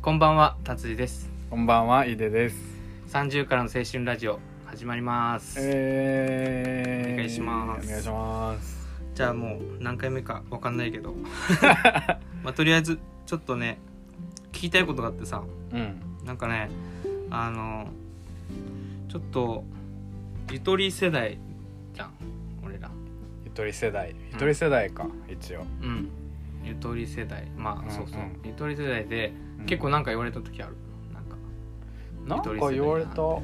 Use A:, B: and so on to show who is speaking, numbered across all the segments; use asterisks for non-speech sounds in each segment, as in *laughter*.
A: こんばんは達治です
B: こんばんは、井出です。
A: 30からの青春ラジオ始まります、
B: えー、
A: お願いします
B: お願いします。
A: じゃあもう何回目かわかんないけ
B: *laughs*
A: どまあとりあえずちょっとね聞きたいことがあってさ
B: うん。
A: なんかねあのちょっとゆとり世代じゃん俺ら
B: ゆとり世代、ゆとり世代か、一応。
A: うんゆとり世代まあ、
B: うん
A: そうそう
B: うん
A: ゆとり世代で、結構
B: な、
A: なんか言われた時あるなんか
B: なんか言われた。こ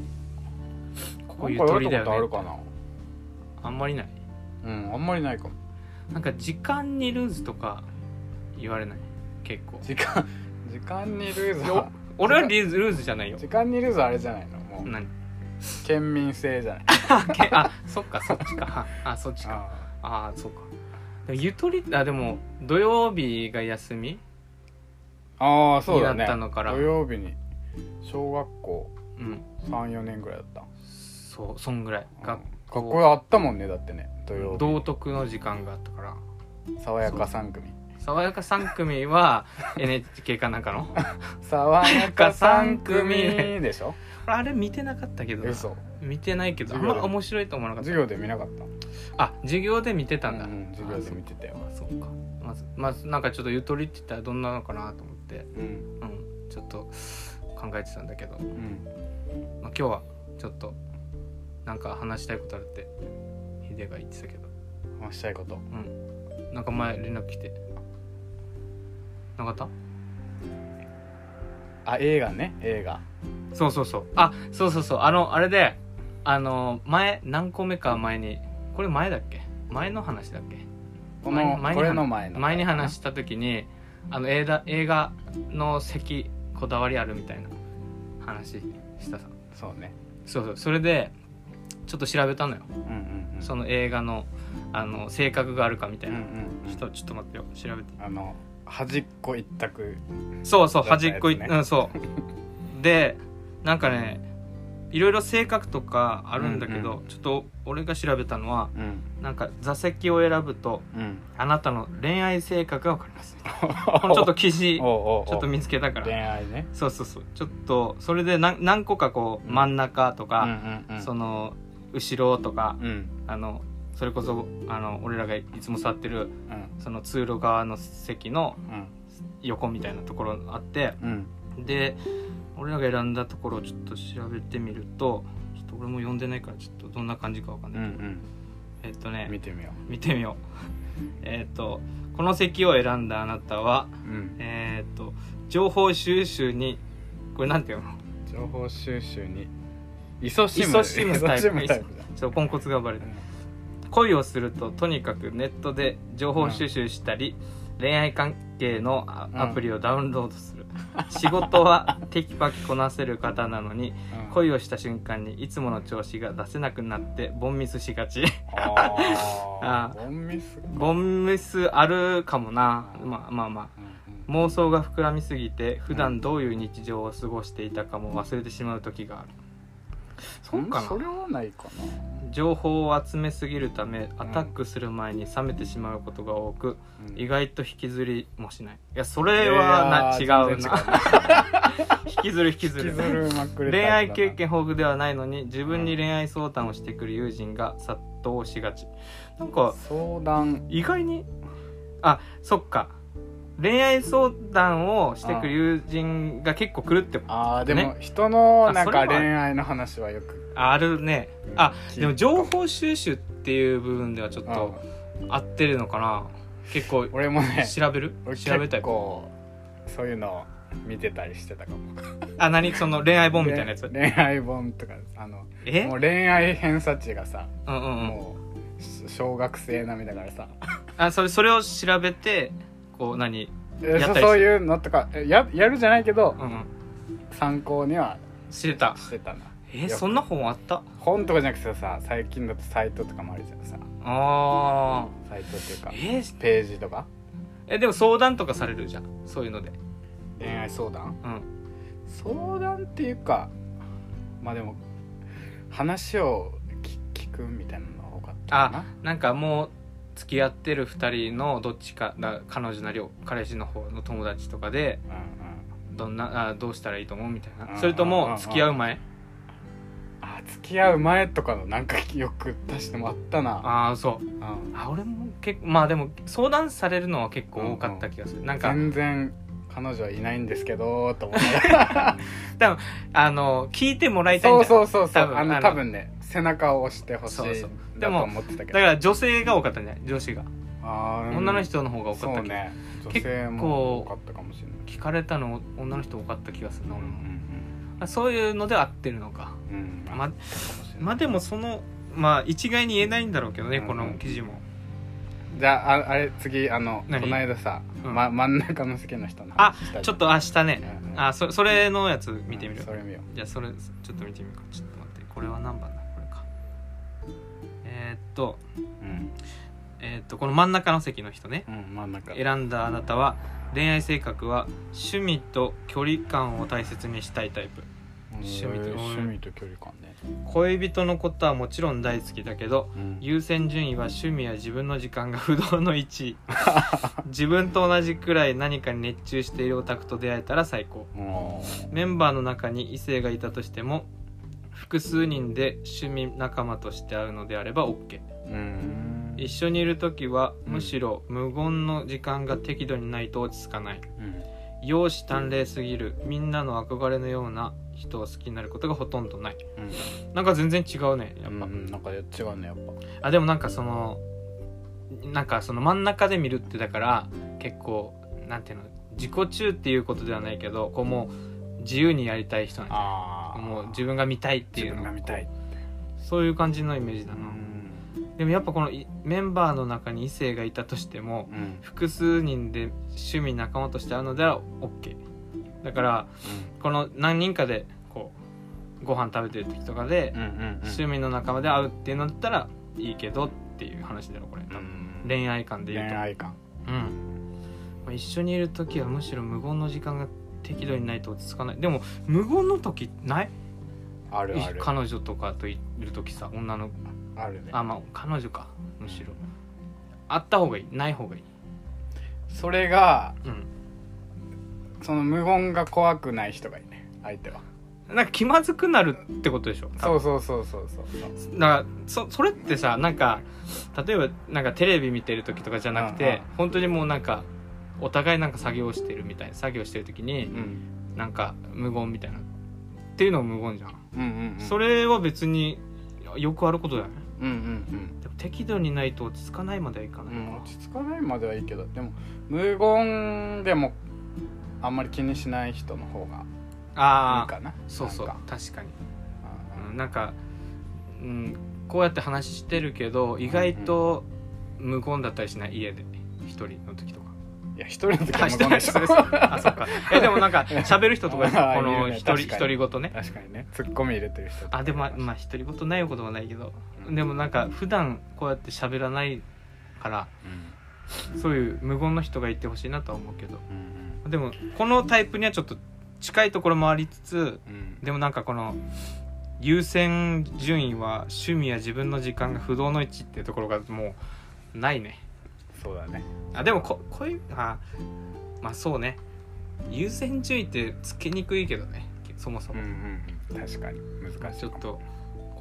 A: こ
B: こ
A: こゆ
B: 言わ
A: と
B: れ
A: り
B: た
A: だ
B: こ
A: よ
B: と
A: ね
B: あるかな。
A: あんまりない
B: うん、あんまりないかも。
A: なんか時間にルーズとか言われない結構
B: 時間、時間にルーズ
A: いや
B: は。
A: 俺はリーズルーズじゃないよ
B: 時間にルーズはあれじゃないの、もう。 *laughs*
A: 何
B: 県民性じゃない。
A: あけあそっかそっちかあそっちか
B: あ
A: あそっかでもゆとりあでも土曜日が休み
B: ーあー、そうだ
A: にな
B: ね。
A: ったのから
B: 土曜日に。小学校
A: うん
B: 三四年ぐらいだった。
A: そうそんぐらい学
B: うん学校あったもんね、だってね。土曜日。
A: 道徳の時間があったから
B: 爽やか三組。
A: 爽やか3組
B: *laughs*
A: は NHK かなんかの
B: 爽やか三組でしょ
A: 俺あれ見てなかったけどな
B: 嘘
A: 見てないけどあん
B: 授業
A: ま
B: で
A: 面白いと思わなかった
B: 授業で見なかった
A: あ授業で見てたんだ、
B: うんうん授業で見てたよ
A: あそっかまずまずなんかちょっとゆとりって言ったらどんなのかなと思って
B: う
A: う
B: ん
A: んちょっと考えてたんだけど
B: うん
A: まあ、今日はちょっとなんか話したいことあるってヒデが言ってたけど
B: 話したいこと
A: うんなんか前連絡来てなかった
B: あ映画ね映画
A: そうそうそうあそうそうそうあのあれであの前何個目か前にこれ前だっけ前の話だっけ
B: こ
A: 前に
B: の
A: 前に
B: これの前の
A: 前に話した時にあの映画映画の席こだわりあるみたいな話したさ
B: そうね
A: そうそうそれでちょっと調べたのよ
B: うんうんうん
A: その映画のあの性格があるかみた
B: う
A: い
B: んう
A: な、
B: んうん
A: ちょっとちょっと待ってよ調べて
B: あの端っこ一択
A: そうそう
B: だっ
A: 端
B: たやつね
A: っこい、うんそう *laughs* でなんかねいろいろ性格とかあるんだけど、
B: うん
A: ちょっと俺が調べたのは
B: うん
A: なんか座席を選ぶと
B: うん
A: あなたの恋愛性格が分かりますみたいなこのちょっと記事
B: おうおうおう
A: ちょっと見つけたか
B: 恋
A: ら
B: 愛ね
A: そうそうそうちょっとそれで何何個かこう
B: うん
A: 真ん中と
B: う
A: か、
B: んうんうん
A: その後ろとか、
B: うんうん
A: あのそれこそあの俺らがいつも座ってるその通路側の席の
B: うん
A: 横みたいなところあって
B: うん
A: で俺らが選んだところをちょっと調べてみるとちょっと俺も読んでないからちょっとどんな感じかわかん
B: う
A: ない、
B: ん
A: えっと
B: う
A: ね
B: ん見てみよ
A: 見てみよう *laughs* えっとこの席を選んだあなたは
B: ううん
A: えっと情報収集にこれなんていうの
B: 情報収集に勤し
A: 勤
B: む
A: しむタイプ
B: 勤しむタイプだ
A: ちょっとポンコツがバレ
B: う
A: た
B: ん
A: 恋をするととにかくネットで情報収集したり、恋愛関係のあ
B: うん
A: アプリをダウンロードする、仕事はテキパキこなせる方なのに
B: うん
A: 恋をした瞬間にいつもの調子が出せなくなってボンミスしがち
B: あ
A: *laughs* あ
B: あボンミスか
A: ボンミスあるかもなまあまあまあ
B: うん
A: 妄想が膨らみすぎて普段どういう日常を過ごしていたかも忘れてしまう時がある、そうか
B: それ
A: な
B: はないかな、
A: 情報を集めすぎるためアタックする前に冷めてしまうことが多く、意外と引きずりもしないいやそれはな、
B: い
A: 違
B: やー
A: う
B: 全然
A: な *laughs* 引きずる引きず
B: 引
A: る
B: きずるまくれ
A: 恋
B: タイ
A: 愛
B: プだな
A: 経験豊富ではないのに自分に恋愛相談をしてくる友人が殺到しがちなんか
B: 相談
A: 意外にあそっか恋愛相談をしてくる友人が結構来るって
B: ああでも
A: ね
B: 人の
A: あ
B: なん
A: それは
B: か恋愛の話はよく
A: あるね
B: うん
A: あ
B: 聞い
A: でも情報収集っていう部分ではちょっと
B: うん
A: 合ってるのかな結構
B: 俺もね
A: 調べる
B: 俺
A: 調べたい
B: 結構そういうの見てたりしてたかも
A: あ何その恋愛本みたいなやつ
B: 恋愛本とかあの
A: え
B: もう恋愛偏差値がさ、
A: うんうんうん
B: もうし小学生並みだからさ
A: あそれそれを調べてこう何
B: え
A: やったりす
B: そ
A: る
B: そういうのとかえややるじゃないけど
A: うんうん
B: 参考には
A: 知れた
B: してたな
A: えそんな本あった
B: 本とかじゃなくてさ最近だとサイトとかもあるじゃんさ
A: あ
B: サイトっていう
A: あ
B: か
A: えー
B: ページとか
A: えでも相談とかされるじゃんそういうので
B: 恋愛相談
A: うん
B: 相談っていうかまあでも話を聞聞くみたいなのが多かったかな
A: あなんかもう付き合ってる2人のどっちかだ彼女なりを彼氏の方の友達とかで
B: うん
A: どんなあどうしたらいいと思うみたい
B: うんうん
A: なそれとも付き合う前
B: あ付き合う前とかのなんか記憶出してもあったな
A: ああそう
B: うん
A: あ俺も結構まあでも相談されるのは結構多かった気がするなんか
B: 全然彼女はいないんですけどと思いな *laughs* がら
A: あの聞いてもらいたいん
B: そう
A: だ
B: そ
A: よ
B: うそうそう
A: 多分
B: あ
A: あ
B: の
A: の
B: 多分ね背中を押してほし
A: そうそうで
B: いだと
A: も
B: 思ってたけ
A: だ
B: ど
A: から女性が多かったんじゃない女子が
B: あーうん
A: 女の人の方が多かっ
B: そ
A: た
B: う
A: 気が
B: ね女
A: 結構
B: 性も多かったかもしれない
A: 聞かれたの女の人多かった気がするな
B: う
A: 俺も
B: ん
A: あそういうので合ってるのか
B: うんうんうんあ
A: ま
B: ったかもしれない
A: まあでもそのまあ一概に言えないんだろうけどね
B: うん
A: この記事も
B: じゃあああれ次あのこ
A: 何
B: の間さ、
A: うん
B: ま、真ん中の好きな人の
A: あ
B: 話したじゃん
A: ちょっと明日ね
B: うん
A: あそそれのやつ見てみ
B: う
A: る
B: んそれ見よ
A: じゃあそれちょっと見てみるかちょっと待ってこれは何番だこれかえーっと
B: う、うん
A: えーっとこの真ん中の席の人ね
B: うん、真ん中
A: 選んだあなたは恋愛性格は趣味と距離感を大切にしたいタイプ趣味と
B: うん趣味と距離感ね、
A: 恋人のことはもちろん大好きだけど
B: うん
A: 優先順位は趣味や自分の時間が不動の1位自分と同じくらい何かに熱中しているオタクと出会えたら最高
B: おー
A: メンバーの中に異性がいたとしても複数人で趣味仲間として会うのであれば OK
B: うん
A: 一緒にいる時は
B: うん
A: むしろ無言の時間が適度にないと落ち着かない
B: うん
A: 容姿端麗すぎるみんなの憧れのような人を好きになることがほとんどない
B: うん
A: なんか全然違うねやっぱ、
B: うんなんか違うねやっぱ
A: あでもなんかそのなんかその真ん中で見るってだから結構なんていうの自己中っていうことではないけどこうもう自由にやりたい人なんじゃない
B: あー
A: もう自分が見たいっていう
B: 自分が
A: の
B: 見たい
A: そういう感じのイメージだな、でもやっぱこのいメンバーの中に異性がいたとしても
B: うんうん
A: 複数人で趣味仲間として会うのでは OK だからこの何人かでこうご飯食べてる時とかで
B: うんうんうん
A: 趣味の仲間で会うっていうのだったらいいけどっていう話だろこれ、
B: うん
A: 恋愛観で
B: 恋
A: 言うと、
B: 愛感
A: うんまあ、一緒にいる時はむしろ無言の時間が適度にないと落ち着かないでも無言の時ない
B: あるある
A: 彼女とかといる時さ女の
B: あるね
A: あまあ彼女かむしろあった方がいいない方がいい
B: それが
A: うん
B: その無言が怖くない人がいいね相手は
A: なんか気まずくなるってことでしょ多分
B: そうそうそうそうそう
A: だからそそれってさなんか例えばなんかテレビ見てる時とかじゃなく
B: うんうん
A: て本当にもうなんかお互いなんか作業してるみたいな作業してる時に
B: うん
A: なんか無言みたいなっていうのも無言じゃん、
B: うんうんうん
A: それは別によくあることだよね
B: うんうん
A: でも適度にないと落ち着かないまではいか
B: う
A: ない
B: んう
A: か、
B: ん落ち着かないまではいいけどでも無言でもあんまり気にしない人の方がい
A: あ
B: い
A: あ
B: かな
A: そうそう
B: なんか
A: 確かに
B: うん
A: うんなんか、うん、こうやって話してるけど意外と無言だったりしない家で一人の時とか。
B: いや一人の時は
A: あ
B: 無
A: して
B: 言
A: な
B: で
A: い
B: *laughs* しょ
A: そうですあそっかえでも
B: *laughs*
A: なんか喋る人とか
B: あー
A: こ
B: い
A: の
B: るね
A: 一人
B: 確かに
A: 独り言ね
B: 確かにねツッコミ入れてる人とか
A: あでもまあ
B: い
A: ま
B: ま
A: あ独り言ないことはないけど
B: うん
A: でもなんか普段こうやって喋らないから
B: すうん
A: そういう無言の人がいてほしいなとは思うけど
B: うん
A: でもこのタイプにはちょっと近いところもありつつ
B: うん
A: でもなんかこの優先順位は趣味や自分の時間が不動の一っていうところがもうないね
B: そうだね
A: あでもここういうあまあそうね優先順位ってつけにくいけどねそもそ
B: うん
A: も、
B: うんうん確かに難しい
A: ちょっと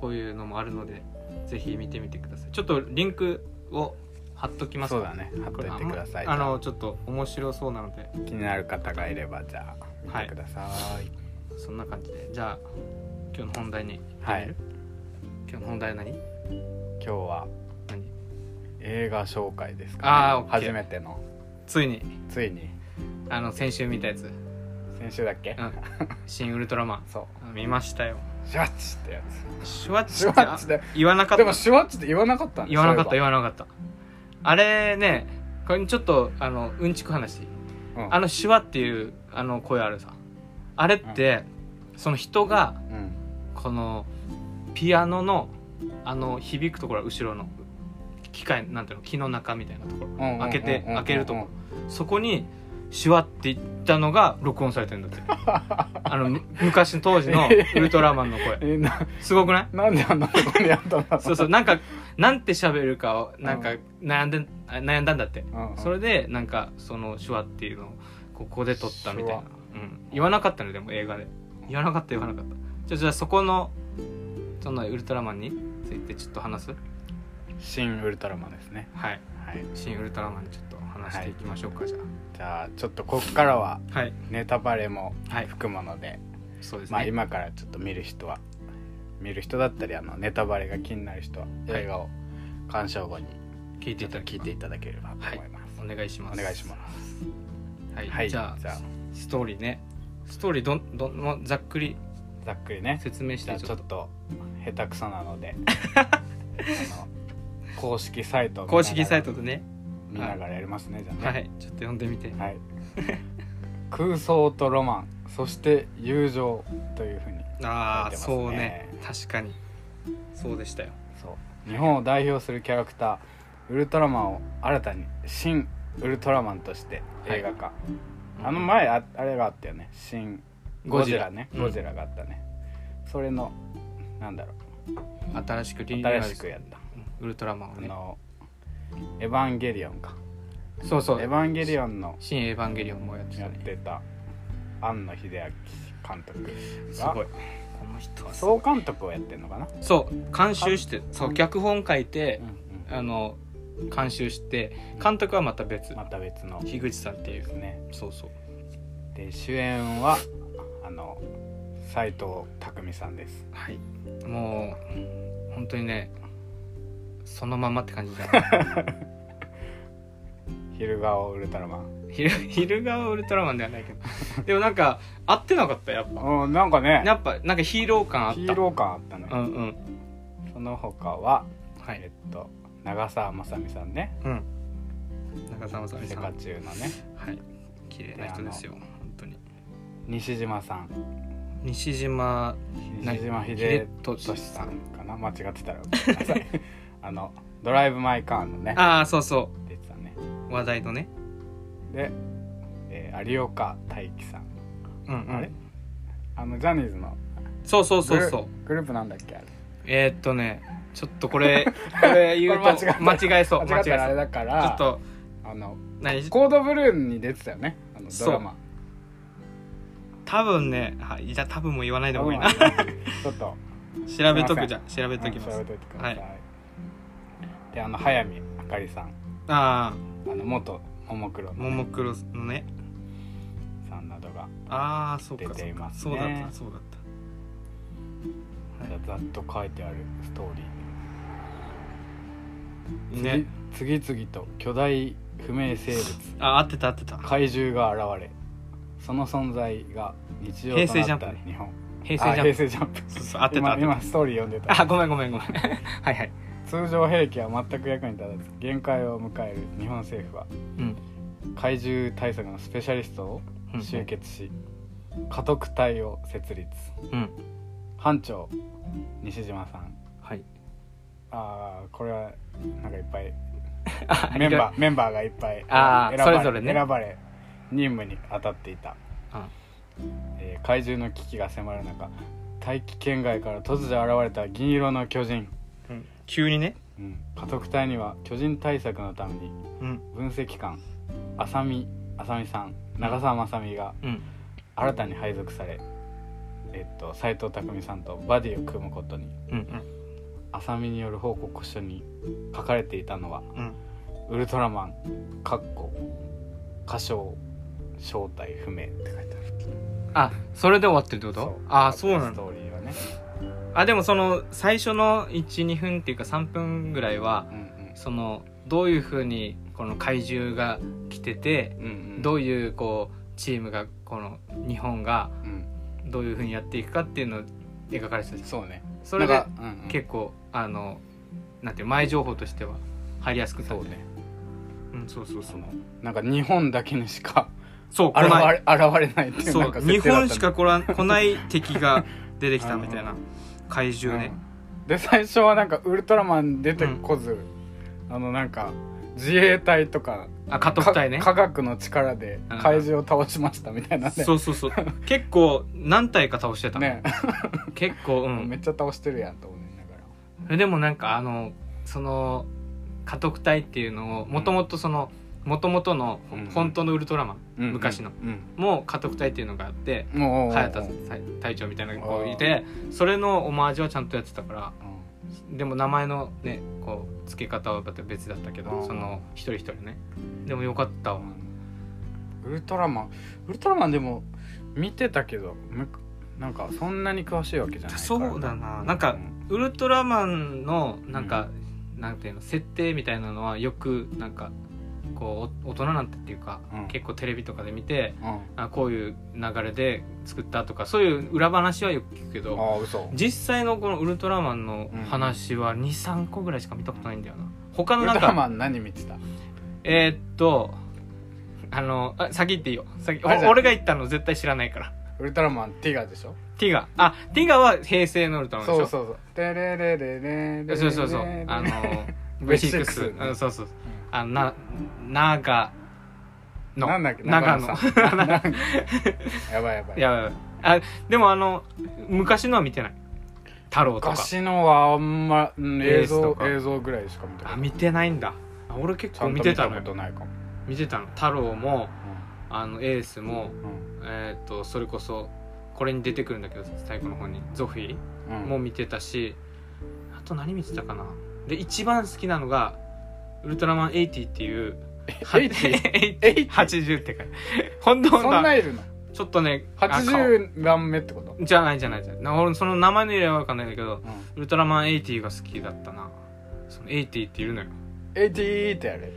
A: こういうのもあるのでぜひ見てみてくださいちょっとリンクを貼っときます
B: そうだね貼っ
A: ことれ
B: いてください
A: あんまあのちょっと面白そうなので
B: 気になる方がいればじゃあ見
A: は
B: て
A: い
B: ください
A: そんな感じでじゃあ今日の本題に
B: はい、
A: 今日の本題は何
B: 今日は
A: 何
B: 映画紹介ですか、
A: あーオッケー
B: 初めての
A: ついに
B: ついに
A: あの先週見たやつ
B: *laughs* 先週だっけ、
A: うん「新ウルトラマン
B: そう」
A: 見ましたよ
B: シュワッチってや
A: シュワッ
B: つ
A: チ
B: シュ
A: っ
B: ワ
A: て
B: ッ
A: あ
B: チで
A: 言わなかっ
B: で
A: た
B: もシュワッチって言わなかったね
A: 言わなかった
B: そうい
A: 言わなかったあれねこれちょっとあのうんちく話
B: えばうん
A: あの手話っていうあの声あるさあれって、その人が
B: うん
A: このピアノのあの響くところは後ろの機械なんていうの木の中みたいなところ
B: うんうんうんうん
A: 開けて開けるとこ
B: うん
A: そこに手話って言ったのが録音されてる
B: *laughs*
A: んだってあのむ昔の当時のウルトラマンの声
B: えな
A: すごく
B: *laughs*
A: ない
B: なんであんなとこにあったんだろ
A: そうそうなんかなんて喋るかをなんか悩んで悩んだんだって
B: うんうん
A: それでなんかその手話っていうのをここで撮ったみたいな
B: 手
A: うん、言わなかったのでも映画で言わなかった言わなかったじゃあじゃあそこのそのウルトラマンについてちょっと話す
B: 新ウルトラマンですね
A: はい
B: はい
A: 新ウルトラマンにちょっと話していきましょうか、じゃ
B: じゃあちょっとここからは
A: あはい
B: ネタバレも
A: はい
B: 含むので、
A: そうですね、
B: まあ今からちょっと見る人は見る人だったりあのネタバレが気になる人は
A: はい
B: 映画を鑑賞後に
A: 聞いていただ
B: 聞
A: き
B: いていただければと思います、
A: お願いします
B: お願いします
A: すはい、
B: はい
A: じ
B: じ
A: ゃ
B: ゃ
A: あ
B: あ
A: ストーリーねストーリーどんどんまあざっくり
B: ざっくりね
A: 説明し
B: じゃ
A: て
B: あ
A: ち
B: ち
A: ょ
B: ょ
A: っ
B: っ
A: と
B: と下手くそな *laughs* のであの公式サイトを見な
A: 公
B: がら
A: 式サイトでね
B: 見ながらやりますねじゃあね
A: はいちょっと読んでみて
B: はい *laughs* 空想とロマンそして友情というふうに
A: ああ、
B: 書いてますね
A: そうね確かにそうでしたよ
B: そう日本を代表するキャラクターウルトラマンを新たに新ウルトラマンとして映画化、あの前ああれがあったよね新ゴジラね
A: うん
B: ゴジラがあったね、それのなんだろ
A: 新しく
B: う
A: リニューアル
B: 新しくやった
A: うんウルトラマンを
B: あ
A: ね
B: の「エヴァンゲリオンか」
A: そうそ
B: エヴ
A: う
B: ァンゲリオンの
A: 新エヴァンゲリオンもやって
B: や
A: た
B: っ
A: ね
B: てた庵野秀明監督
A: す
B: が
A: ごいこの人は
B: 総監督をやってんのかな、
A: そう監修してそう脚本書いて
B: うんうん
A: あの監修して監督はまた別
B: また別の
A: 樋口さんってい
B: です
A: う
B: ね
A: そうそう
B: で主演はあの斎藤工さんです
A: はいもう本当にねそのままって
B: *laughs*
A: 感じだな
B: 昼顔ウルトラマン
A: 昼昼顔ウルトラマンではないけどでもなんか合ってなかったやっぱ
B: うんなんかね
A: やっぱなんかヒーロー感あった
B: ヒーロー感あったね、
A: うんうん
B: その他は、
A: は
B: え
A: い
B: っと長澤まさみさんね
A: うん中澤まさみ
B: 世
A: さん
B: 界中のね
A: はい綺麗な人ですよ本当に
B: 西島さん
A: 西島
B: 西島秀
A: 秀俊
B: 俊さんかな間違ってたらごめん
A: *laughs*
B: なさいあの「ドライブ・マイ・カー」のね
A: ああそうそ
B: 出てたね
A: う話題のね
B: で、えー有岡大樹さん、
A: うんうん
B: あれあのジャニーズの
A: そうそうそうそう
B: グループなんだっけあれ
A: えー、っとねちょっとこれこれ言うと
B: *laughs* これ間
A: 間
B: 違
A: 違
B: えた
A: えそう間
B: 間
A: 違え
B: 違
A: そ
B: ったらあれ
A: う
B: だか
A: ちょ
B: ら
A: っと
B: あの
A: 何
B: コードブルーに出てたよねあのドラマ
A: 多分ねはいじゃあ多分も言わないで
B: ド
A: もい
B: ラ
A: い
B: マ
A: *laughs* な
B: ちょっと
A: 調べとくじゃん調べとき
B: う
A: ま
B: ん調
A: す
B: べといてください、
A: は
B: であの早見あかりさん
A: あ
B: あの元ももクロ
A: あ
B: の
A: ももクロのね
B: さんなどが
A: ああそうか
B: 出ています
A: そ
B: ね
A: うかそうだったそうだったはい
B: じゃあざっと書いてあるストーリー
A: ね
B: 次次々と巨大不明生物
A: あ合ってた合ってた
B: 怪獣が現れその存在が日常
A: 平成ジャ
B: とな
A: ン
B: っ
A: プ
B: た
A: ね
B: 日本
A: 平成
B: あ
A: ジャン
B: 平
A: プ
B: 成ジャンプ
A: そうそう合ってた合
B: 今
A: ってた
B: 今ストーリー読んでた
A: あごめんごめんごめ *laughs* んはいはい
B: 通常兵器は全く役に立たず限界を迎える日本政府は
A: うん
B: 怪獣対策のスペシャリストを
A: うん
B: 集結し、家督隊を設立
A: うん
B: 班長西島さん
A: はい
B: あーこれはなんかいっぱい
A: あ
B: メ
A: いろ
B: ン
A: いろ
B: バーメンバーがいっぱい
A: あー
B: 選ば
A: それぞれね
B: 選ばれ任務に当たっていた、
A: うん
B: えー怪獣の危機が迫る中大気圏外から突如現れた銀色の巨人、
A: うん急にね
B: うん、家督隊には巨人対策のために
A: うん
B: 分析官浅見浅見さん長澤まさみが
A: うん
B: 新たに配属され、えっと、斉藤工さんとバディを組むことに
A: うんうん
B: 浅見による報告書に書かれていたのは
A: うん
B: 「ウルトラマン」「かっこ歌唱正体不明」って書いてある
A: あそれで終わってるってこ
B: そ
A: と
B: う
A: ああそうなん
B: ス
A: だ
B: トーリーはね、
A: あでもその最初の12分っていうか3分ぐらいは
B: うん
A: そのどういうふうにこの怪獣が来てて
B: うんうんうん、
A: ど
B: う
A: ういうこうチームがこの日本が
B: ん、
A: どういうふうにやっていくかっていうのを描かれてたじゃん
B: そうね
A: それ
B: な
A: が
B: んかうんうん
A: 結構あのなんていう前情報としては入りやすくな
B: そ
A: っ
B: う
A: て
B: ね
A: うんそうそう
B: そ
A: そう
B: のなんか日本だけに
A: *laughs*
B: しか
A: そう
B: 現
A: 来ない
B: れ *laughs* 現れないっていう
A: そ
B: なん
A: う
B: か
A: 日
B: 設定だった
A: 本
B: んだ
A: しか来らん来ない敵が出てきたみたいな怪獣ね
B: うんで最初はなんかウルトラマン出てこず、あのなんか自衛隊とか
A: あ家督隊ね
B: か科学の力で
A: うん
B: 怪獣を倒しましたみたいなんで、
A: そうそうそう結構何体か倒してた、
B: ね、
A: 結構うん
B: *laughs* めっちゃ倒してるやんと思いながら
A: でもなんかあのその家督隊っていうのをもともとその、もともとの
B: うんうん
A: 本当のウルトラマン
B: うん
A: 昔の
B: うん
A: も家督隊っていうのがあって
B: うんもう
A: 早田隊隊長みたいなのがこういてそれのオマージュはちゃんとやってたからでも名前のねこう付け方はまた別だったけ
B: う
A: ど
B: ん
A: その一人一人ねでもよかったわ
B: ウルトラマンウルトラマンでも見てたけどむなんかそんなに詳しいわけじゃないから
A: そうだななんか
B: うん
A: ウルトラマンのなんか、なんていうの設定みたいなのはよくなんかこうお大人なんてっていうか、
B: うん
A: 結構テレビとかで見て
B: うんあ
A: あこういう流れで作ったとかそういう裏話はよく聞くけど
B: あ嘘
A: 実際のこのウルトラマンの話は23個ぐらいしか見たことないんだよな他
B: ウ
A: の
B: ル
A: な
B: ト
A: ん
B: ラ
A: か
B: マン何見てた
A: えーっとあのあ先言っていいよ先お
B: あじゃあ
A: 俺が言ったの絶対知らないから
B: ウルトラマンティガでしょ
A: ティガあティガは平成のウルトラマンでし
B: そ
A: ょ
B: うそうそうテレレレレレ
A: そうそうそう
B: レレレ
A: あの
B: V6
A: V6 うんそうそうあのな長の
B: なんだっけ
A: 長野
B: 中
A: *laughs*
B: 野さんやばいやばい
A: いやばいあでもあの昔のは見てない太郎とか
B: 昔のはあんま、うん
A: エ
B: 映
A: ースと
B: 像
A: か
B: 映像ぐらいしか見たこと
A: あ
B: ない
A: 見てないんだあ俺結
B: ちゃ
A: 構
B: ん
A: 見
B: と
A: て
B: 見
A: た
B: た
A: の
B: ことないかも、
A: 見てたの太郎も
B: う
A: あのエースも
B: んうん
A: えーっとそれこそこれに出てくるんだけど最後の方にゾフィー
B: うん
A: も見てたしあと何見てたかなで一番好きなのがウルトラマン80っていう
B: 80?
A: 80ってか本当
B: そん
A: だ
B: ないるの
A: ちょっとねあ顔
B: 80番目ってこと、
A: じゃないじゃないじゃないな俺その名前の由来は分かんないんだけど
B: うん、
A: ウルトラマン80が好きだったなその80っているのよ
B: 80ってやれ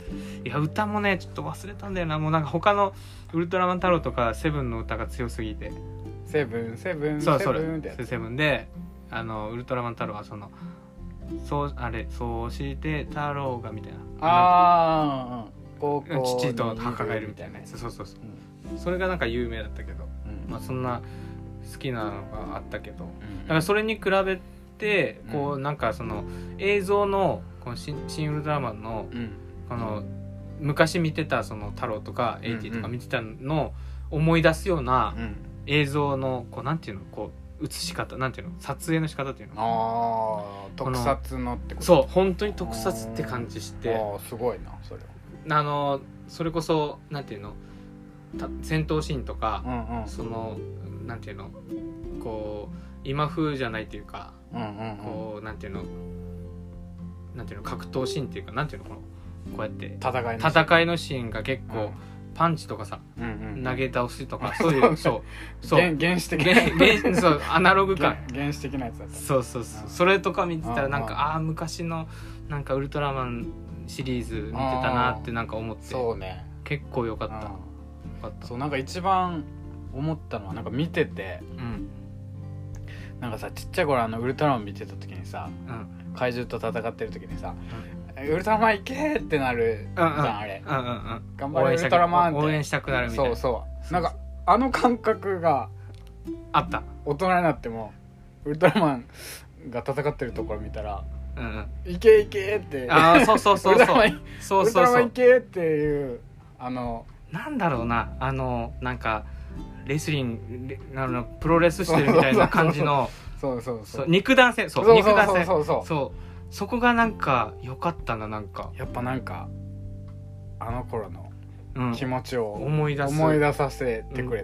A: いや歌もねちょっと忘れたんだよなもうなんか他のウルトラマン太郎とかセブンの歌が強すぎて
B: セブンセブンセ
A: そうそれ
B: ブンってやつ
A: セブンであのウルトラマン太郎はそのそうあれそうして太郎がみたいな
B: ああ高
A: なんか
B: 校
A: 父と墓がいるみたいな
B: う
A: や
B: ん
A: つそうそうそうそれがなんか有名だったけど
B: うん
A: まあそんな好きなのがあったけど
B: うん
A: だからそれに比べてこ
B: う
A: うなんかその映像のこの新「新ウルトラマン」の
B: うん
A: この昔見てたその太郎とかエイティと
B: うんう
A: か
B: ん
A: 見てたのを思い出すような
B: うん
A: 映像のこうなんていうのこう映し方なんていうの撮影の仕方っていうの
B: ああ特撮のってこと
A: そう本当に特撮って感じして
B: ああすごいなそれは
A: あのそれこそなんていうのた戦闘シーンとか
B: うんうん
A: そのなんていうのこう今風じゃないというか
B: うんうんうん
A: こうなんていうのなんていうの格闘シーンっていうかなんていうのこのこうやって
B: 戦いの
A: 戦いのシーンが結構パンチとかさ
B: うんうん
A: 投げ倒しとかそういうそうそう
B: 原原始的
A: げげそうアナログ
B: 原
A: 感
B: *laughs* 原始的なやつだった
A: そうそうそううんそれとか見てたらなん
B: う
A: か
B: ん
A: ああー昔のなんかウルトラマンシリーズ見てたなってなんか思って
B: そうね
A: 結構良かった
B: うん
A: よかった
B: そうなんか一番思ったのはなんか見てて
A: うん
B: なんかさちっちゃい頃あのウルトラマン見てた時にさ
A: うんうん
B: 怪獣と戦ってる時にさ「ウルトラマン行け!」ってなるじ
A: う
B: ゃ
A: んうん
B: んあれ
A: うんうん
B: 「頑
A: うん
B: 張れウルトラマン」って
A: 応援したくなるみたい
B: そ
A: な
B: うそうなんかあの感覚が
A: あった
B: 大人になってもウルトラマンが戦ってるところ見たら
A: うんうん
B: 「行け行け!」って
A: ああそうそうそう
B: ウ
A: そ
B: ル
A: う
B: トラマン
A: そう
B: ウルト
A: そう
B: ラマ
A: そ
B: ン行
A: う
B: け!」っていうあの
A: なんだろうなあのなんかレスリングレあのプロレスしてるみたいな感じの
B: そうそうそ
A: そうう肉弾戦そう
B: そう
A: 肉弾
B: そう
A: 戦
B: そうそう
A: そうそこがなんか良かったななんか、
B: やっぱなんかあの頃の
A: うん、
B: 気持ちを
A: 思い出す
B: 思い出させてくれ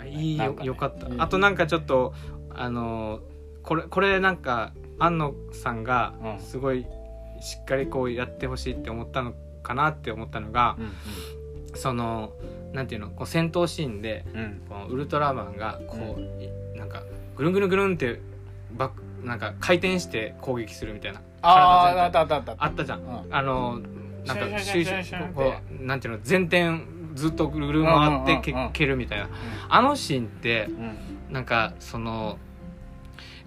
B: た、
A: いい
B: な
A: よ
B: んかね
A: よかった
B: いい
A: あとなんかちょっとあのーこれこれなんか安野さんが
B: うん
A: すごいしっかりこうやってほしいって思ったのかなって思ったのが、そのなんていうのこう戦闘シーンで
B: うんうん
A: このウルトラマンがこう、いなんかぐるんぐるんぐるんってバックなんか回転して攻撃するみたいな
B: あああ
A: 体全体
B: ったあったあった
A: あったじゃん
B: うん
A: あのなんか
B: シュ
A: シュ
B: ン
A: イ
B: シ
A: シ
B: ュンシュンシュン
A: ュ
B: シュンって
A: こうなんていうの前転ずっとぐるぐる回って
B: うんうんうんう
A: け
B: ん
A: 蹴るみたいなあのシーンって
B: うん
A: なんかその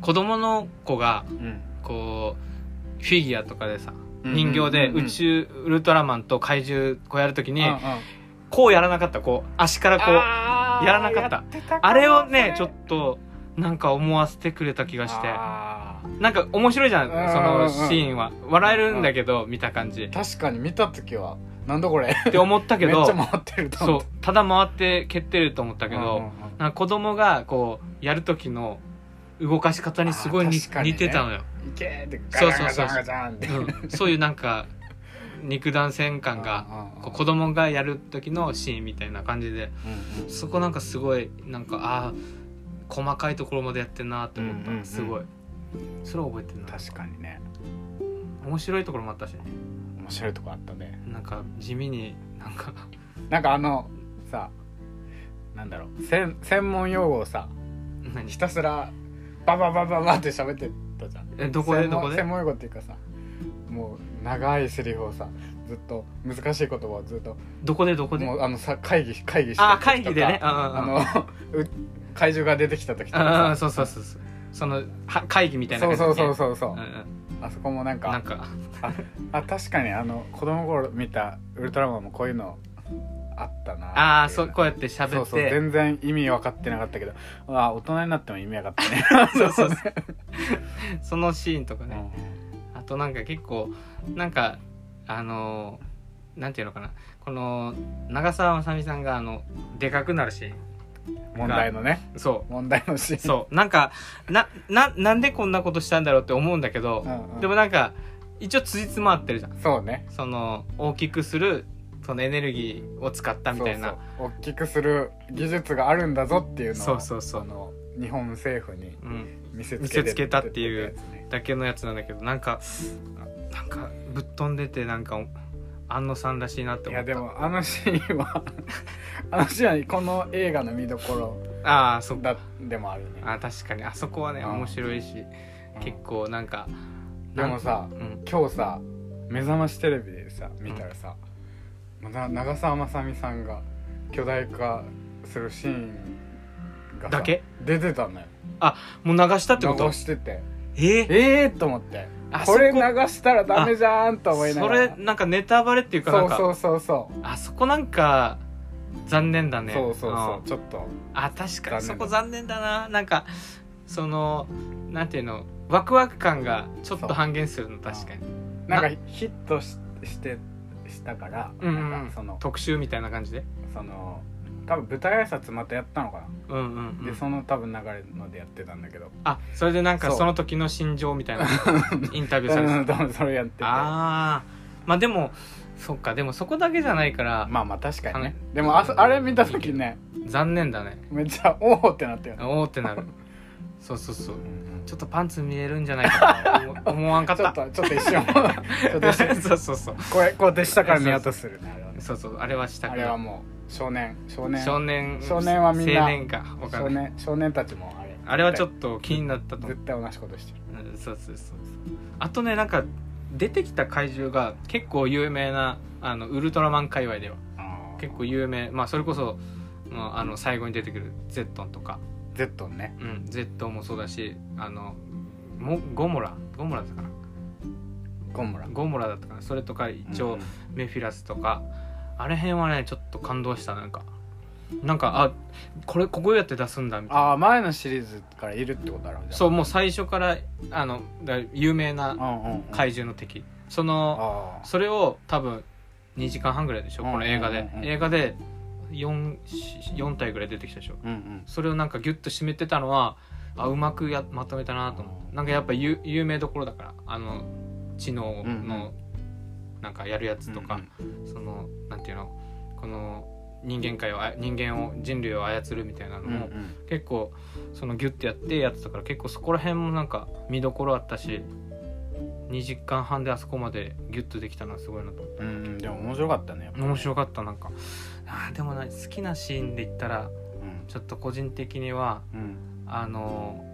A: 子供の子が
B: うん
A: こうフィギュアとかでさ
B: うん
A: 人形で
B: うんうんうん
A: 宇宙ウルトラマンと怪獣こうやるときに
B: うんうん
A: こうやらなかったこう足からこうあ
B: あー
A: やらなかった
B: やてたか
A: れをね
B: そ
A: ちょっとなんか思わせてくれた気がして
B: あ
A: なんか面白いじゃん
B: うんうん
A: その
B: うん
A: シーンは笑えるんだけど見た感じ
B: ー確かに見た時はなんだこれ
A: って思ったけ
B: *laughs* めっちゃ
A: ど
B: 回ってると
A: そ
B: 思
A: う
B: った
A: ただ回って蹴ってると思ったけ
B: うんう
A: ど
B: んうん
A: なんか子供がこうやる時の動かし方にすごい
B: あ
A: に
B: ー確かにね
A: 似てたのよ
B: *laughs* いけーってガランガランガランって
A: うん、そういうなんか肉弾戦感がこう子供がやる時のシーンみたいな感じでそこなんかすごいなんかああ細かいところまでやってんなって思った、
B: うんうんうん
A: すごいそれは覚えてるな
B: 確かにね
A: 面白いところもあったしね
B: 面白いとこあったね
A: なんか地味になんか *laughs*
B: なんかあのさなんだろう専専門用語をさ
A: 何
B: ひたすらバババババって喋ってたじゃん
A: えどこで
B: 専
A: ど
B: 門
A: こで
B: 専門用語っていうかさもう長いセリフをさずっと難しい言葉をずっと
A: どこでどこで
B: もうあのさ会議会議してる時とか
A: あー会議でね
B: あ
A: あ
B: のう怪獣が出てきた時と
A: あ
B: か
A: あそうそうそうそうそのは会議みたいな
B: そう
A: 感じ
B: そ
A: で
B: う
A: ね
B: そうそ
A: う
B: うそう、
A: んうん
B: あそこもなんか
A: なんか
B: あ *laughs* 確かにあの子供頃見たウルトラマンもこういうのあったな
A: ああ
B: ってい
A: そう
B: う
A: こうやって喋って
B: そうそう全然意味分かってなかったけどあ大人になっても意味分かった
A: *laughs*
B: ね
A: そうそうそう *laughs* そのシーンとか
B: う
A: ね、
B: ん
A: あとなんか結構なんかあのーなんていうのかなこの長澤まさみさんがあのでかくなるシー
B: *laughs* 問題のね
A: ンそ
B: 問題のシー
A: う
B: ン
A: そうなんかなななんでこんなことしたんだろうって思うんだけど、
B: うんうん
A: でもなんか一応辻褄合ってるじゃん
B: そうね
A: その大きくするそのエネルギーを使ったみたいな
B: そうそう大きくする技術があるんだぞっていうのを
A: そうそうそう
B: あの日本政府に
A: うん、
B: 見せつけ
A: 見せつけたっていう
B: やつね
A: だけのやつなんだけどなんかあなんかぶっ飛んでてなんか安野さんらしいなって
B: い
A: 思
B: や
A: った
B: でもあのシーンは *laughs* あのシーンはこの映画の見どころ
A: ああそっか
B: だでもあるね
A: あ確かにあそこはね
B: うん
A: 面白いし
B: うん
A: 結構なんか
B: でもさ
A: うん
B: 今日さ「目覚ましテレビ」でさ見たらさ、な長澤まさみさんが巨大化するシーンがさ
A: だけ
B: 出てたのよ
A: もう流したってこと
B: 流してて
A: ええ
B: ええー、と思って
A: あそ
B: こ
A: こ
B: れ流したらダメじゃんと思いな
A: そ
B: がら
A: れなんかネタバレっていうかなん
B: そう
A: か
B: そうそうそ
A: あそこなんか残念だ
B: う、
A: ね
B: そうそうそううんちょっと
A: あ確かに
B: 残念だ
A: そこ残念だななんかそのなんていうのワクワク感がちょっと半減するの確かに
B: なんかヒットししてしたから、
A: うんうん
B: なんかその
A: 特集みたいな感じで
B: その多分舞台挨拶またやったのかな、
A: うんうん、う
B: で
A: ん、
B: その多分流れのでやってたんだけど
A: あそれでなんか
B: そう
A: その時の心情みたい
B: *laughs*
A: なインタビューされてた
B: 多分それやってて
A: ああまあでもそっかでもそこだけじゃないから、
B: まあまあ確かに
A: あ
B: ねでもあそあれ見た時ね
A: 残念だね
B: めっちゃおおってなったよね
A: おおってなるそうそうそう
B: ち
A: ちょっとパンツ見えるんじゃないかと思思わんか
B: ょ
A: っ
B: ちょったとちょっと一
A: *laughs*
B: 瞬ちょっと一瞬
A: そうそうそう
B: こうこうでしたから見ようとするねあれはね
A: そうそうあれはした
B: あ
A: く
B: れ
A: な
B: はいもう少年少年
A: 少年
B: 少年はみんな
A: 青年かわか
B: 少
A: んない
B: 年少年たちもあれ
A: あれはちょっ
B: と
A: と気になったと思う
B: 絶対同じことしてる
A: うんそうそうそうそうあとねなんか出てきた怪獣が結構有名なあのウルトラマン界隈では結構有名まあそれこそ、まあ、あの最後に出てくるゼットンとか
B: Z ね
A: うん、ゼットもそうだしあのもゴモラゴモラだったかな
B: ゴムラ
A: ゴモラだったかなそれとか一
B: う
A: 応
B: ん
A: メフィラスとか、あれ辺はねちょっと感動したなんかなんかあこれここやって出すんだみたい
B: ああ前のシリーズからいるってことだろ
A: な
B: う
A: そうもう最初からあのだ有名な怪獣の敵その
B: あ
A: それを多分2時間半ぐらいでしょ
B: うん
A: この映画で、
B: うんうんうん
A: 映画で 4, 4体ぐらい出てきたでしょ
B: うんうん
A: それをなんかギュッと締めてたのはあうまくやまとめたなと思っ
B: う
A: て
B: ん
A: なんかやっぱ有有名どころだからあの知能
B: うんうん
A: のなんかやるやつとか、
B: うん
A: そのなんていうのこの人間界をあ人間を人類を操るみたいなの
B: うん
A: も結構そのギュッてやってやってたから結構そこら辺もなんか見どころあったし2時間半であそこまでギュッとできたのはすごいなと思っ
B: うんうんでも面白かったねやっぱ
A: た面白かったなんかあーでもな好きなシーンで言ったら
B: うん
A: ちょっと個人的には
B: うん
A: あの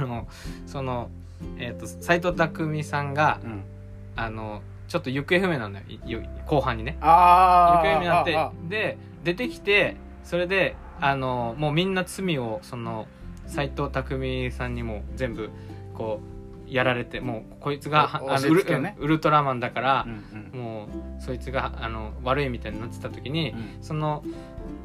A: あのそのえっ、と斎藤工さんが
B: うん
A: あのちょっと行方不明なんだよいよ後半にね行
B: あ
A: 方
B: あ
A: 不明になって
B: ああ
A: で出てきてそれであのもうみんな罪をその斎藤工さんにも全部こうやられてもうこいつが
B: お
A: はあのウ
B: 押し
A: ル
B: 付けね
A: うんウルトラマンだから
B: うん、うん
A: もうそいつがあの悪いみたいになってた時に、
B: うん
A: その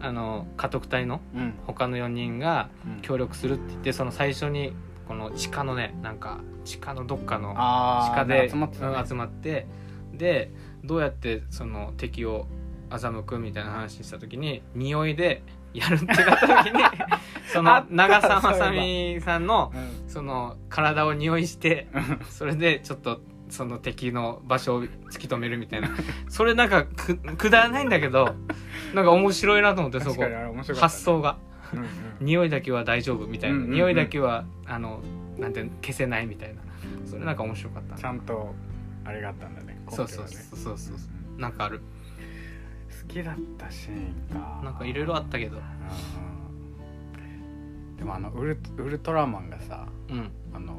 A: あの家督隊の
B: うん
A: 他の4人が
B: うん
A: 協力するって言ってその最初にこの地下のねなんか地下のどっかの
B: あ
A: 地下
B: ー
A: で
B: 集まってたね
A: うん集まってでどうやってその敵を欺くみたいな話した時に匂いでやるってなった時
B: *laughs*
A: にそ
B: あ
A: の
B: った
A: 長澤ま
B: そういえ
A: さみ
B: ば
A: さんの
B: うん
A: その体を匂いしてそれでちょっとその敵の場所を突き止めるみたいなそれなんかくくだらないんだけどなんか面白いなと思ってそ
B: 確
A: こ
B: かにあれ面白かった、ね、
A: 発想が
B: うんうん、
A: 匂いだけは大丈夫みたいな、
B: うんうんうん
A: 匂いだけはあのなんていうの消せないみたいなそれなんか面白かった
B: ちゃんとあれがあったんだね
A: そうそうそうそうそう
B: 根
A: な
B: 拠がね
A: んかある
B: 好きだったシーンか
A: なんかいろいろあったけど
B: うんでもあのウルウルトラマンがさ
A: うん
B: あの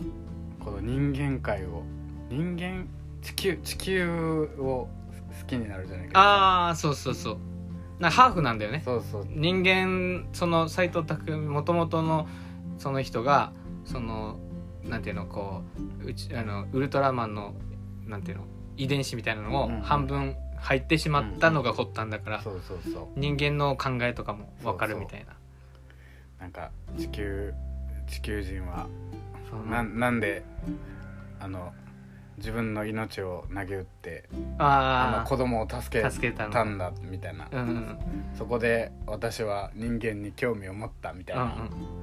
B: この人間界を人間地球地球を好きになるじゃないけどさ
A: ああそうそうそうなハーフなんだよね
B: そうそう
A: 人間その斎藤工もともとのその人がそのなんていうのこううちあのウルトラマンのなんていうの遺伝子みたいなのを
B: うんうん
A: 半分入ってしまったのが発端だから、
B: そうそうそう
A: 人間の考えとかも分かるみたいな。
B: なんか地球地球人は
A: その
B: ななんであの自分の命を投げ打ってあ
A: あ
B: の
A: あ
B: 子供を助け
A: 助けたの
B: たんだみたいな、
A: うんうん
B: そこで私は人間に興味を持ったみたいな、
A: うんう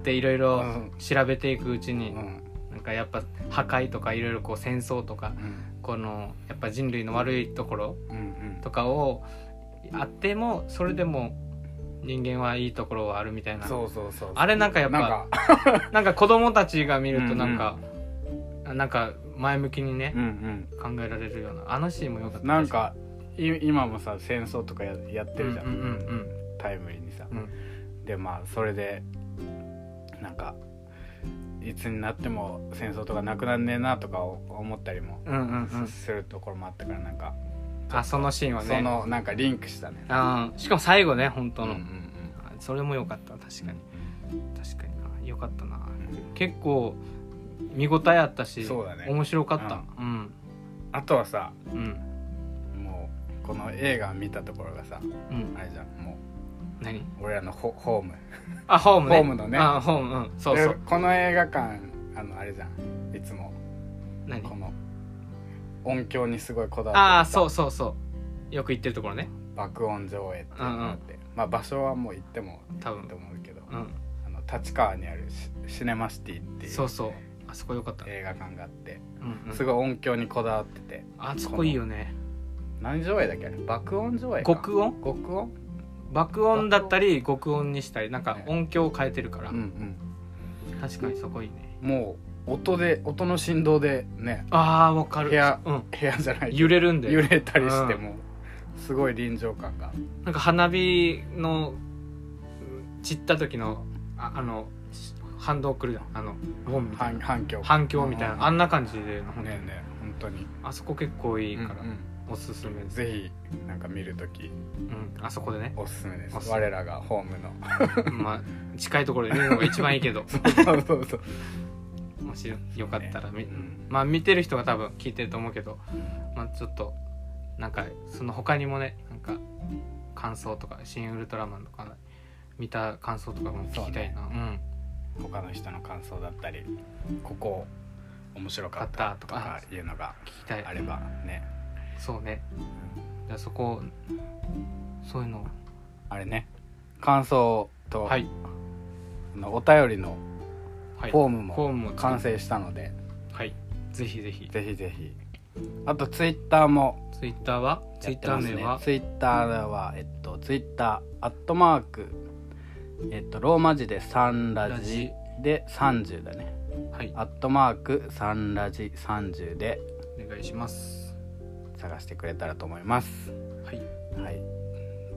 A: ん、でいろいろ調べていくうちに、
B: うん
A: なんかやっぱ破壊とかいろいろこう戦争とか
B: うん
A: このやっぱ人類の悪いところ
B: うんうん
A: とかをあってもそれでも人間はいいところはあるみたいな
B: そうそうそう
A: あれなんかやっぱ
B: なんか
A: なんか子供たちが見るとなんか、なんか前向きにね
B: う、ん
A: 考えられるようなあのシーンも良かっ
B: う
A: た
B: んなんかい今もさ戦争とかややって
A: うんう
B: る
A: ん
B: じゃん,、
A: うん
B: タイムリーにさ、
A: うん
B: でまあそれでなんかいつになっても戦争とかなくなんねえなとか思ったりも
A: うんうんうんうん
B: するところもあったからなんか、
A: あそのシーンは
B: そ
A: ね
B: のなんかリンクしたね
A: あーしかも最後ね本当
B: うん
A: の、
B: うん
A: それも良かった確か
B: うん
A: に確かにな良かったな
B: うん
A: 結構見応えあったし、
B: そうだね
A: 面白かったうん
B: あとはさ
A: うん
B: もうこの映画を見たところがさ
A: うん、
B: あれじゃんも
A: 何
B: う俺らのホホーム
A: あホームね
B: ホームのね
A: あホームうんそうそう
B: でこの映画館あのあれじゃんいつも
A: 何
B: この音響にすごいこだ
A: あ
B: わ
A: あ
B: ってる
A: そうそうそうよく言ってるところね
B: 爆音上映っていうのがあって、まあ場所はもう行っても
A: 多
B: いいと
A: 分
B: 思うけど、
A: うん
B: あの立川にあるシシネマシティっていう
A: そうそうあそこよかった、
B: 映画館があって
A: うんうん
B: すごい音響にこだわってて
A: あそこいいよね
B: 何上映だっけあれ爆音上映か
A: 極音
B: 極音
A: 爆音だったり極音にしたりなんか
B: ね
A: 音響を変えてるから、
B: うん
A: 確かにそこいいね
B: うんもう音で音の振動でね
A: ああわかる
B: 部屋
A: うん、
B: 部屋じゃない
A: 揺れるんで
B: 揺れたりして
A: うん
B: もすごい臨場感が
A: なんか花火のうん散った時のああのし反動くるじゃんあのボンみたい
B: 反
A: な
B: 反響
A: 反響みたいな、
B: うん
A: あんな感じで
B: ねえねえ本当に
A: あそこ結構いいから、
B: うん
A: おすすめ
B: うん
A: です、
B: ぜひなんか見るとき
A: うん、あそこでね
B: おすすめで
A: おす
B: す
A: すめ
B: 我らがホームの
A: *laughs* まあ近いところで見るのが一番いい
B: *laughs*
A: けど
B: そうそうそう
A: もしよかったらみ、
B: うん
A: まあ見てる人が多分聞いてると思うけど、まあ、ちょっとなんかその他にもねなんか感想とか「新ウルトラマン」とか見た感想とかも聞きたいなう,、
B: 他の人の感想だったりここ面白
A: ん買
B: か
A: っ
B: った
A: たと
B: と
A: か
B: かいうのが
A: 聞きたい
B: あればね
A: そうねじゃあそこそういうの
B: あれね感想と
A: はい
B: あのお便りの
A: はい
B: フォームも
A: フォームも
B: 完成したので
A: はいぜひぜひ
B: ぜひぜひあとツイッターも
A: ツイッターはツイ
B: や
A: ッ
B: って
A: タ
B: ま
A: ー
B: すね
A: 名は
B: ツイッターはえっとツイッターアットマークえっとローマ字で3ラ
A: ラ
B: ジ
A: ジ
B: で30だね
A: はい
B: アットマーク3ラジ30で
A: お願いします
B: 探してくれたらと思います
A: はい
B: はい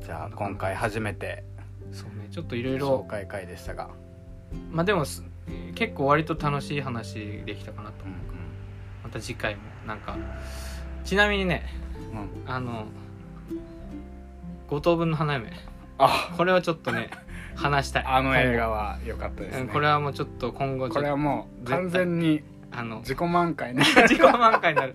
B: じゃあ今回初めて
A: そうねちょっといろい
B: 紹
A: ろ
B: 介会でしたが、
A: まあでもす結構割と楽しい話できたかなと
B: うん
A: また次回もなんかちなみにね
B: うんうん、
A: あの五等分の花嫁
B: あ
A: これはちょっと
B: *laughs*
A: ね話したい
B: あの映画は良かったで
A: 今
B: す
A: 後う
B: ね
A: んこれはもうちょっと今後ちょ
B: こ
A: っ
B: れ
A: と
B: はもう完全に
A: あの
B: 自己満開ね
A: 自己満開になる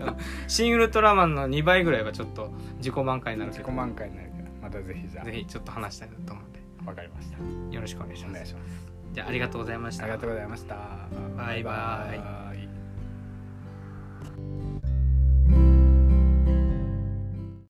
A: 新ウルトラマンの2倍ぐらいはちょっと自己満開になるけ
B: 自
A: ど
B: 己満開になるからまたぜひじゃ
A: ぜひちょっと話したいなと思うんで
B: あわかりました
A: よろしくお願いし
B: お
A: ま
B: 願い
A: す
B: します
A: じゃあありがとうございまし
B: あ
A: た
B: りがとうございました
A: バイバイ
B: バイ